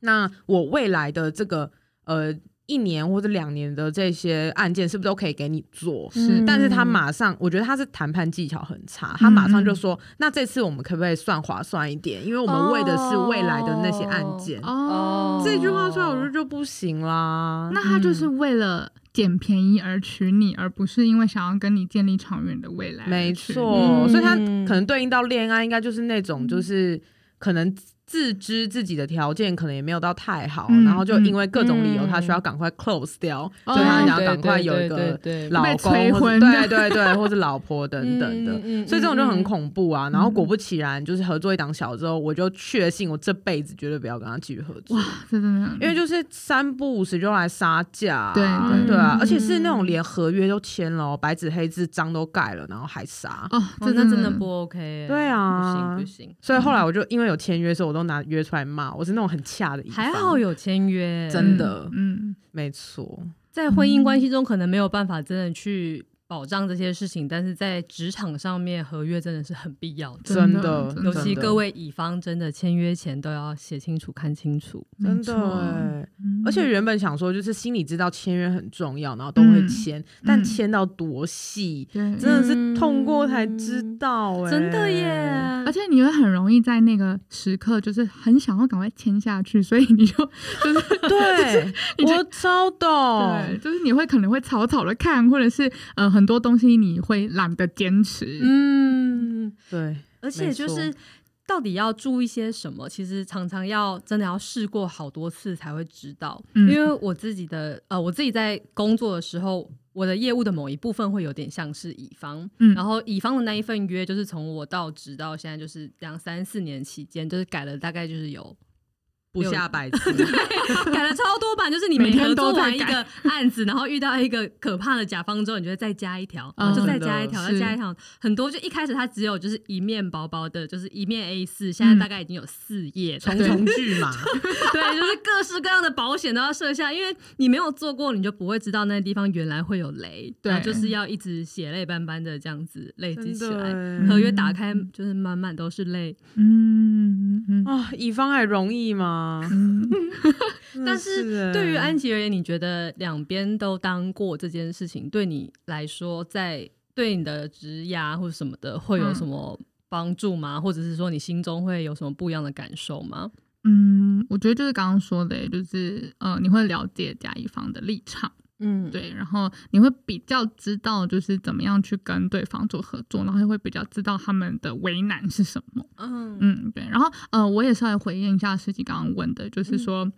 Speaker 3: 那我未来的这个呃一年或者两年的这些案件是不是都可以给你做？
Speaker 2: 是
Speaker 3: 但是他马上，我觉得他是谈判技巧很差，他马
Speaker 2: 嗯
Speaker 3: 上就说：“那这次我们可不可以算划算一点？因为我们为的是未来的那些案件。
Speaker 2: 哦，
Speaker 3: 这句话出来，我就就不行啦。
Speaker 2: 那他就是为了捡便宜而娶你，而不是因为想要跟你建立长远的未来。
Speaker 3: 没错，
Speaker 6: 嗯
Speaker 3: 所以他可能对应到恋爱，应该就是那种
Speaker 2: 嗯
Speaker 3: 就是可能自知自己的条件可能也没有到太好，
Speaker 2: 嗯
Speaker 3: 然后就因为各种理由，
Speaker 6: 嗯
Speaker 3: 他需要赶快 close 掉，
Speaker 2: 哦
Speaker 3: 所以他
Speaker 2: 对
Speaker 3: 想要赶快有一
Speaker 4: 对
Speaker 3: 个
Speaker 4: 对对
Speaker 3: 老
Speaker 2: 被
Speaker 3: 公，
Speaker 2: 催
Speaker 3: 或者
Speaker 2: 婚
Speaker 3: 对对对，或者老婆等等的。
Speaker 6: 嗯
Speaker 3: 所以这种就很恐怖啊。然后果不其然，就是合作一档小之后，我就确信我这辈子绝对不要跟他继续合作
Speaker 2: 哇。，这真的很
Speaker 3: 因为就是三不五时就来杀价啊、
Speaker 2: 对对
Speaker 3: 对啊
Speaker 6: 嗯，
Speaker 3: 而且是那种连合约都签了哦，白纸黑字章都盖了，然后还杀。
Speaker 2: 哦，
Speaker 4: 哦
Speaker 2: 这
Speaker 4: 那真的
Speaker 2: 很
Speaker 4: 不 OK 欸。
Speaker 3: 嗯对啊
Speaker 4: 不行不行，
Speaker 3: 所以后来我就因为有签约，所以我都拿约出来骂。我是那种很恰的一方，
Speaker 4: 还好有签约，
Speaker 3: 真的
Speaker 2: 嗯，
Speaker 3: 没错，
Speaker 4: 在婚姻关系中可能没有办法真的去保障这些事情，但是在职场上面，合约真的是很必要的。
Speaker 3: 真
Speaker 2: 真
Speaker 3: 的
Speaker 2: 的，
Speaker 4: 尤
Speaker 3: 真
Speaker 4: 其
Speaker 3: 的
Speaker 4: 各位乙方，真的签约前都要写清楚、看清楚。
Speaker 3: 真
Speaker 2: 没
Speaker 3: 的
Speaker 2: 错
Speaker 3: 欸。
Speaker 2: 嗯
Speaker 3: 而且原本想说，就是心里知道签约很重要，然后都会
Speaker 2: 嗯
Speaker 3: 签，但
Speaker 2: 嗯
Speaker 3: 签到多细，
Speaker 2: 对
Speaker 3: 真的是痛过才知道、欸，
Speaker 4: 嗯真的耶！
Speaker 2: 而且你会很容易在那个时刻，就是很想要赶快签下去，所以你就就是
Speaker 3: 对，
Speaker 2: 你就
Speaker 3: 我超
Speaker 2: 对，
Speaker 4: 哦
Speaker 3: 懂。
Speaker 2: 就是你会可能会草草的看，或者是呃很多东西你会懒得坚持。
Speaker 4: 嗯，
Speaker 3: 对，
Speaker 4: 而且就
Speaker 3: 没
Speaker 4: 是到底要注意些什么，其实常常要真的要试过好多次才会知道。
Speaker 2: 嗯
Speaker 4: 因为我自己的呃，我自己在工作的时候，我的业务的某一部分会有点像是乙方，
Speaker 2: 嗯
Speaker 4: 然后乙方的那一份约，就是从我到职到现在，就是两三四年期间，就是改了大概就 是有
Speaker 3: 不
Speaker 4: 有
Speaker 3: 下百次，
Speaker 4: 改了超多版，就是你
Speaker 2: 每
Speaker 4: 每
Speaker 2: 天
Speaker 4: 合
Speaker 2: 都
Speaker 4: 作
Speaker 2: 在
Speaker 4: 完一
Speaker 2: 改
Speaker 4: 个案子，然后遇到一个可怕的甲方之后，你就会再加一条，
Speaker 2: 嗯
Speaker 4: 然后就再加一条，
Speaker 2: 真的
Speaker 4: 再加一条，很多。就一开始它只有就是一面薄薄的，就是一面 A 四，现在
Speaker 2: 嗯
Speaker 4: 大概已经有四页，
Speaker 3: 重
Speaker 4: 对
Speaker 3: 重剧 嘛。
Speaker 4: 对，就是各式各样的保险都要设下，因为你没有做过，你就不会知道那地方原来会有雷，
Speaker 2: 对
Speaker 4: 然后就是要一直血泪斑斑的这样子累积起来。
Speaker 3: 真的
Speaker 4: 合约打开就是满满都是泪，
Speaker 2: 嗯嗯嗯
Speaker 3: 啊，乙方还容易吗？
Speaker 2: 嗯，
Speaker 3: 真的
Speaker 4: 但是
Speaker 3: 欸
Speaker 4: 对于安琪而言，你觉得两边都当过这件事情，对你来说，在对你的职涯或者什么的，会有
Speaker 2: 嗯
Speaker 4: 什么帮助吗？或者是说，你心中会有什么不一样的感受吗？
Speaker 2: 嗯，我觉得就是刚刚说的欸，就是呃，你会了解甲乙方的立场，
Speaker 4: 嗯，
Speaker 2: 对，然后你会比较知道就是怎么样去跟对方做合作，然后也会比较知道他们的为难是什么。
Speaker 4: 嗯
Speaker 2: 嗯，对。然后呃，我也稍微回应一下诗琪刚刚问的，
Speaker 3: 嗯
Speaker 2: 就是说。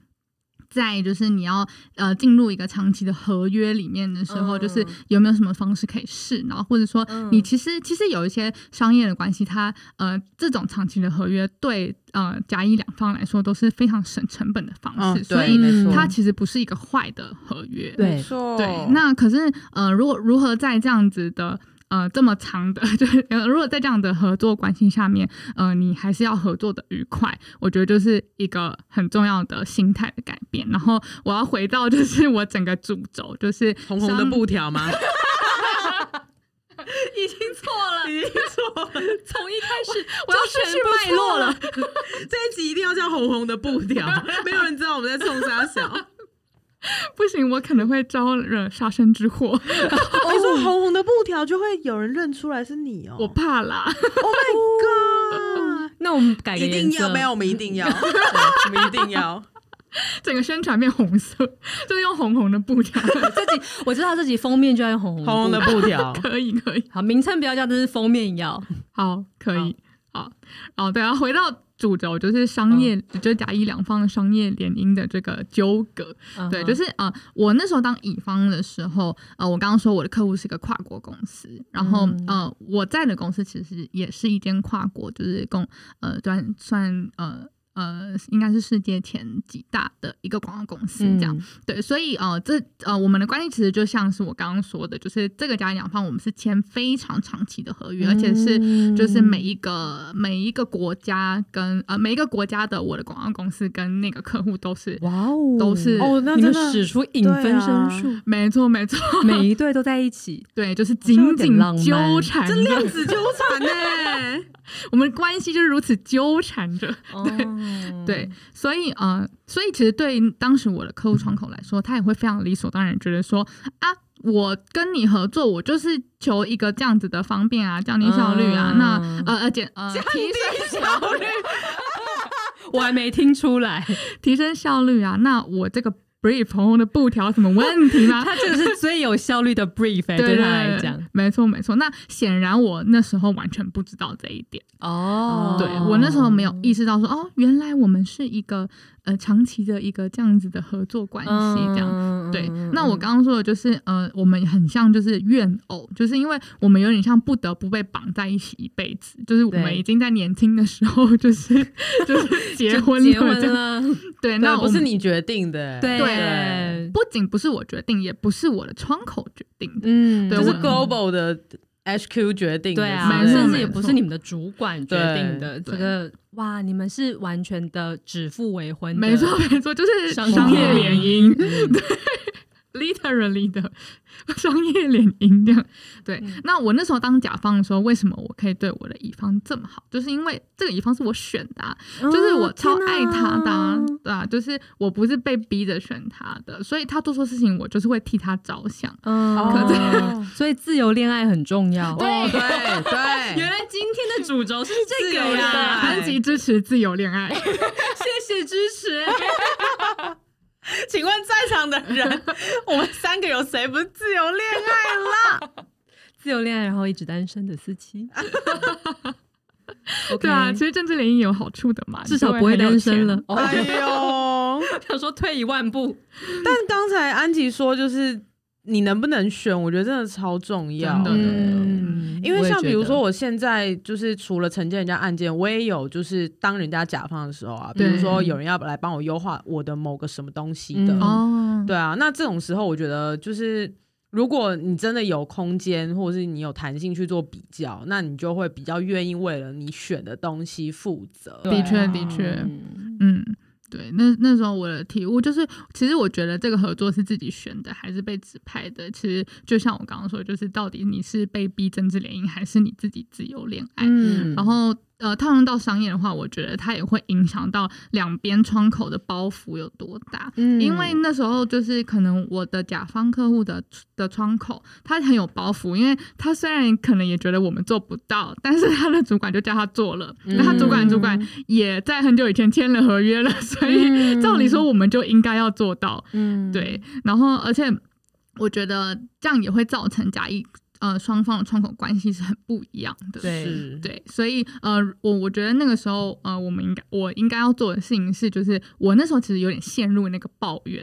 Speaker 2: 在就是你要呃进入一个长期的合约里面的时候，就是
Speaker 4: 嗯
Speaker 2: 有没有什么方式可以试，然后或者说
Speaker 4: 嗯
Speaker 2: 你其实、其实有一些商业的关系，它呃这种长期的合约对呃甲乙两方来说都是非常省成本的方
Speaker 3: 嗯
Speaker 2: 式，
Speaker 3: 对
Speaker 2: 所以
Speaker 3: 没错
Speaker 2: 它其实不是一个坏的合约。
Speaker 4: 对
Speaker 3: 没错，
Speaker 2: 对，那可是呃，如果如何在这样子的呃这么长的， 就是、呃、如果在这样的合作关系下面，呃，你还是要合作的愉快，我觉得就是一个很重要的心态的改变。然后我要回到就是我整个主轴，就是
Speaker 3: 红红的
Speaker 2: 商
Speaker 3: 布条吗？
Speaker 2: 已经错了，
Speaker 3: 已经错了，
Speaker 2: 从一开始我
Speaker 3: 我
Speaker 2: 要
Speaker 3: 要
Speaker 2: 失
Speaker 3: 失
Speaker 2: 去
Speaker 3: 去
Speaker 2: 脉
Speaker 3: 脉
Speaker 2: 络
Speaker 3: 络
Speaker 2: 了
Speaker 3: 了。 这一集一定要叫红红的布条，没有人知道我们在冲啥小。
Speaker 7: 哦
Speaker 2: 不行，我可能会招惹杀身之祸，
Speaker 7: 我说红红的布条就会有人认出来是你哦。
Speaker 2: 我怕啦。
Speaker 7: Oh my god！
Speaker 4: 那我们改个
Speaker 7: 一
Speaker 4: 颜
Speaker 7: 定
Speaker 4: 色，
Speaker 7: 要没有，我们一定要。
Speaker 3: 嗯我们一定 要，
Speaker 2: 整个宣传变红色， 就是用红红的布条。
Speaker 4: 自己我知道自己封面就要用红红
Speaker 3: 红红的
Speaker 4: 布
Speaker 3: 布条。
Speaker 2: 可以，可以，
Speaker 4: 好，名称不要叫，但是封面要。
Speaker 2: 好，可以，好。然后对啊，回到主轴，就是商业，就是甲乙两方的商业联姻的这个纠葛。
Speaker 4: 嗯
Speaker 2: 对，就是是呃，我那时候当乙方的时候，呃，我刚刚说我的客户是个跨国公司，然后、
Speaker 4: 嗯
Speaker 2: 呃，我在的公司其实也是一间跨国，就是共呃算算呃呃，应该是世界前几大的一个广告公司
Speaker 4: 嗯
Speaker 2: 这样。对，所以呃，这呃，我们的关系其实就像是我刚刚说的，就是这个甲乙两方，我们是签非常长期的合约，而且是
Speaker 4: 嗯
Speaker 2: 就是每一个每一个国家跟呃每一个国家的我的广告公司跟那个客户都是
Speaker 4: 哇哦，
Speaker 2: 都是
Speaker 7: 哦，那
Speaker 4: 你
Speaker 7: 真
Speaker 4: 们
Speaker 7: 的
Speaker 4: 使出影分身术，
Speaker 2: 没错没错，
Speaker 4: 每一对都在一起。
Speaker 2: 对，就是
Speaker 4: 像有
Speaker 2: 紧
Speaker 4: 点
Speaker 2: 紧
Speaker 4: 浪漫
Speaker 2: 纠缠
Speaker 3: 这量
Speaker 2: 着，
Speaker 3: 子纠缠呢？
Speaker 2: 我们关系就是如此纠缠着。
Speaker 4: 哦，
Speaker 2: 对，所以呃，所以其实对当时我的客户窗口来说，他也会非常理所当然觉得说啊，我跟你合作，我就是求一个这样子的方便啊，降低效率啊，
Speaker 4: 嗯
Speaker 2: 那呃而且呃提升效率，
Speaker 4: 我还没听出 来，
Speaker 2: 提升效率啊，那我这个 brief 红红的布条有什么问题吗？
Speaker 4: 他这个是最有效率的 brief，欸对他来讲。，
Speaker 2: 没错没错。那显然我那时候完全不知道这一点。
Speaker 4: 哦
Speaker 2: 对我那时候没有意识到说，哦，原来我们是一个呃长期的一个这样子的合作关系，
Speaker 4: 嗯
Speaker 2: 这样。
Speaker 4: 样
Speaker 2: 对，那我刚刚说的就是，呃，我们很像就是怨偶，就是因为我们有点像不得不被绑在一起一辈子，就是我们
Speaker 4: 对
Speaker 2: 已经在年轻的时候就是就是结婚了
Speaker 4: 结
Speaker 2: 这样，
Speaker 4: 婚了，
Speaker 2: 对，
Speaker 3: 那
Speaker 2: 那
Speaker 3: 不
Speaker 2: 我
Speaker 3: 是
Speaker 2: 们
Speaker 3: 你决定的，欸
Speaker 4: 对
Speaker 3: 对，
Speaker 2: 不仅不是我决定，也不是我的窗口决定的，
Speaker 4: 嗯，
Speaker 2: 对
Speaker 3: 就
Speaker 4: 就
Speaker 2: 我
Speaker 4: 是是
Speaker 2: 们
Speaker 3: global 的 HQ 决定的
Speaker 4: 对啊，
Speaker 2: 没错
Speaker 4: 甚至
Speaker 2: 没
Speaker 4: 也
Speaker 2: 错
Speaker 4: 不是你们的主管决定的，
Speaker 2: 对
Speaker 4: 这个哇，你们是完全的指腹为婚的，
Speaker 2: 没错没错，就是
Speaker 4: 商
Speaker 2: 商业
Speaker 4: 业
Speaker 2: 联姻， 对，literally 的商业联姻这样。对，那我那时候当甲方的时候，为什么我可以对我的乙方这么好？就是因为这个乙方是我选的、啊，
Speaker 4: 嗯，
Speaker 2: 就是我超爱他的、啊
Speaker 4: 天哪，
Speaker 2: 对啊，就是我不是被逼着选他的，所以他做错事情，我就是会替他着想。
Speaker 4: 嗯，
Speaker 2: 可
Speaker 4: 对，所以自由恋爱很重要。
Speaker 3: 哦对对，
Speaker 4: 原来今天的主轴是这
Speaker 3: 自由
Speaker 4: 个
Speaker 3: 恋爱
Speaker 4: 呀，
Speaker 2: 韩吉啊支持自由恋爱，
Speaker 4: 谢谢支持。
Speaker 3: 请问在场的人，我们三个有谁不是自由恋爱啦？
Speaker 4: 自由恋爱，然后一直单身的 思琪。OK，
Speaker 2: 对啊，其实政治联姻也有好处的嘛，
Speaker 4: 至少
Speaker 2: 你
Speaker 4: 不
Speaker 2: 就
Speaker 4: 会
Speaker 2: 很有
Speaker 4: 单身
Speaker 2: 钱
Speaker 4: 了。。哎哦，
Speaker 3: 哎呦！
Speaker 4: 想说退一万步，
Speaker 3: 但刚才安吉说，就是你能不能选，我觉得真的超重要。
Speaker 2: 真的
Speaker 4: 嗯，
Speaker 3: 因为像
Speaker 4: 我也觉得
Speaker 3: 比如说，，我现在就是除了承接人家案件，我也有就是当人家甲方的时候啊，比
Speaker 2: 对
Speaker 3: 如说有人要来帮我优化我的某个什么东西的，
Speaker 4: 嗯
Speaker 2: 哦，
Speaker 3: 对啊，那这种时候我觉得就是。如果你真的有空间，或者是你有弹性去做比较，那你就会比较愿意为了你选的东西负责。
Speaker 2: 的
Speaker 4: 啊
Speaker 2: 确的确，嗯。对，那那时候我的体悟就是，其实我觉得这个合作是自己选的，还是被指派的。其实就像我刚刚说，就是到底你是被逼政治联姻，还是你自己自由恋爱？
Speaker 4: 嗯，
Speaker 2: 然后呃，套用到商业的话，我觉得它也会影响到两边窗口的包袱有多大。
Speaker 4: 嗯
Speaker 2: 因为那时候就是可能我的甲方客户的的窗口，他很有包袱，因为他虽然可能也觉得我们做不到，但是他的主管就叫他做了，
Speaker 4: 嗯
Speaker 2: 那他主管主管也在很久以前签了合约了，所以照理说我们就应该要做到。
Speaker 4: 嗯，
Speaker 2: 对，然后而且我觉得这样也会造成甲乙呃双方的窗口关系是很不一样的。
Speaker 4: 对
Speaker 3: 是，
Speaker 2: 对，所以呃，我我觉得那个时候呃，我们应该我应该要做的事情是，就是我那时候其实有点陷入那个抱怨，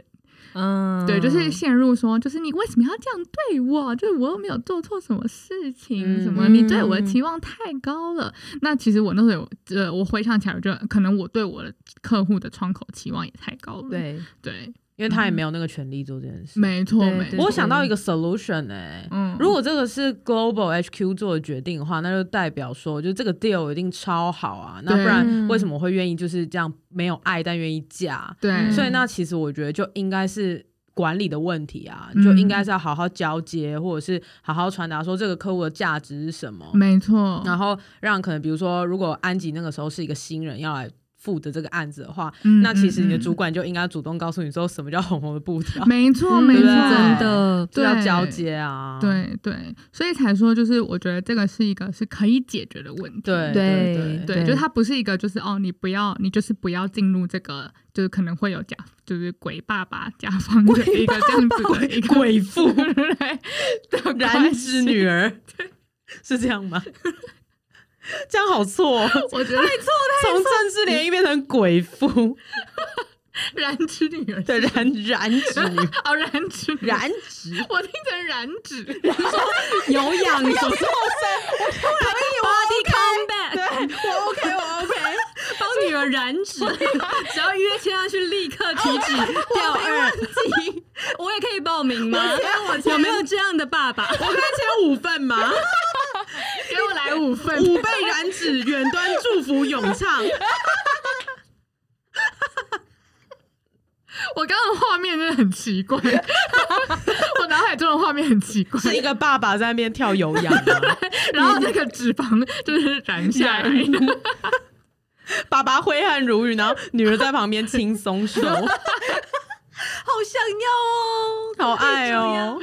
Speaker 4: 嗯，
Speaker 2: 对，就是陷入说，就是你为什么要这样对我？就是我又没有做错什么事情，
Speaker 3: 嗯
Speaker 2: 什么你对我的期望太高了。那其实我那时候有呃，我回想起来，我觉得可能我对我的客户的窗口期望也太高了。
Speaker 4: 对，
Speaker 2: 对，
Speaker 3: 因为他
Speaker 4: 嗯
Speaker 3: 也没有那个权利做这件事。
Speaker 2: 没错，
Speaker 4: 对
Speaker 2: 没
Speaker 4: 对
Speaker 2: 错
Speaker 3: 我，想到一个 solution 哎、
Speaker 2: 嗯
Speaker 3: 如果这个是 Global HQ 做的决定的话，那就代表说，就这个 deal 一定超好啊，那
Speaker 2: 对
Speaker 3: 不然为什么会愿意就是这样没有爱但愿意嫁？
Speaker 2: 对，
Speaker 3: 所以那其实我觉得就应该是。管理的问题啊，
Speaker 2: 嗯
Speaker 3: 就应该是要好好交接，或者是好好传达说这个客户的价值是什么。
Speaker 2: 没错，
Speaker 3: 然后让可能比如说，如果安吉那个时候是一个新人要来负责这个案子的话，
Speaker 2: 嗯
Speaker 3: 那其实你的
Speaker 2: 嗯嗯
Speaker 3: 主管就应该主动告诉你说什么叫红红的布条，
Speaker 2: 没错，
Speaker 4: 嗯
Speaker 2: 没
Speaker 3: 对啊
Speaker 2: 错，
Speaker 3: 不对
Speaker 4: 真的，
Speaker 3: 这叫
Speaker 2: 对
Speaker 3: 交接啊。
Speaker 2: 对对，所以才说就是我觉得这个是一个是可以解决的问题。
Speaker 3: 对
Speaker 4: 对
Speaker 3: 对
Speaker 2: 对，就是它不是一个就是哦，你不要你就是不要进入这个就是可能会有甲就是鬼爸爸甲方的一个这样子的一个
Speaker 3: 鬼父
Speaker 2: 对 的
Speaker 3: 染
Speaker 2: 关
Speaker 3: 指
Speaker 2: 系
Speaker 3: 女儿， 是这样吗？ 这样好错、哦，
Speaker 2: 我觉得
Speaker 3: 从政治联姻变成鬼父，
Speaker 2: 燃脂女儿
Speaker 3: 对染染指女 儿
Speaker 2: 哦，燃脂女儿
Speaker 3: 染指，
Speaker 2: 我听成燃脂，
Speaker 4: 有氧什么
Speaker 3: body combat，对我 OK 我 OK，
Speaker 4: 帮女儿燃脂，只要约签下去，立刻体脂掉二。 我也可以报名吗？有没有这样的爸爸？
Speaker 3: 我可以签五份 吗？
Speaker 2: 给我来五 份。
Speaker 3: 五倍燃脂，远端祝福咏唱，
Speaker 2: 我刚刚的画面真的很奇怪， 我脑海中的画面很奇 怪。
Speaker 3: 是一个爸爸在那边跳有氧啊 吗？
Speaker 2: 然后那个脂肪就是燃下来，
Speaker 3: 爸爸挥汗如雨，然后女儿在旁边轻 松手，
Speaker 4: 好想要
Speaker 3: 好爱哦，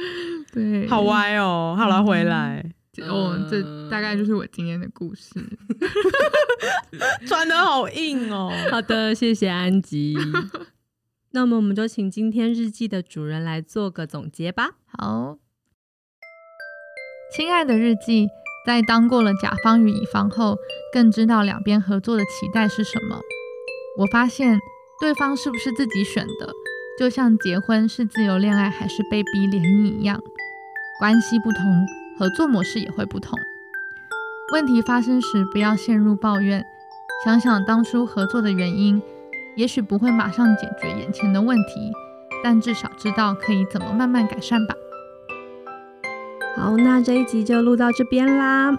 Speaker 2: 对，
Speaker 3: 好歪哦。好了，回来
Speaker 2: 哦，这大概就是我今天的故事。
Speaker 3: 转的好硬哦。
Speaker 4: 好的，谢谢安吉。 那么我们就请今天日记的主人来做个总结吧。
Speaker 5: 好，亲爱的日记，在当过了甲方与乙方后，更知道两边合作的期待是什么。我发现对方是不是自己选的，就像结婚是自由恋爱还是被逼联姻一样，关系不同，合作模式也会不同。问题发生时，不要陷入抱怨，想想当初合作的原因，也许不会马上解决眼前的问题，但至少知道可以怎么慢慢改善吧。
Speaker 4: 好，那这一集就录到这边啦。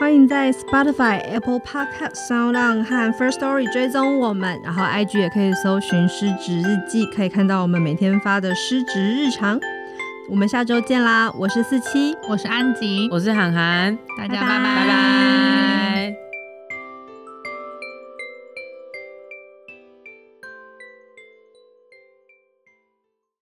Speaker 4: 欢迎在 Spotify、Apple Podcast、Sound On 和 First Story 追踪我们，然后 IG 也可以搜寻“失职日记”，可以看到我们每天发的失职日常。我们下周见啦！我是四七，
Speaker 5: 我是安吉，
Speaker 3: 我是涵涵，
Speaker 5: 大家
Speaker 4: 拜
Speaker 5: 拜
Speaker 4: 拜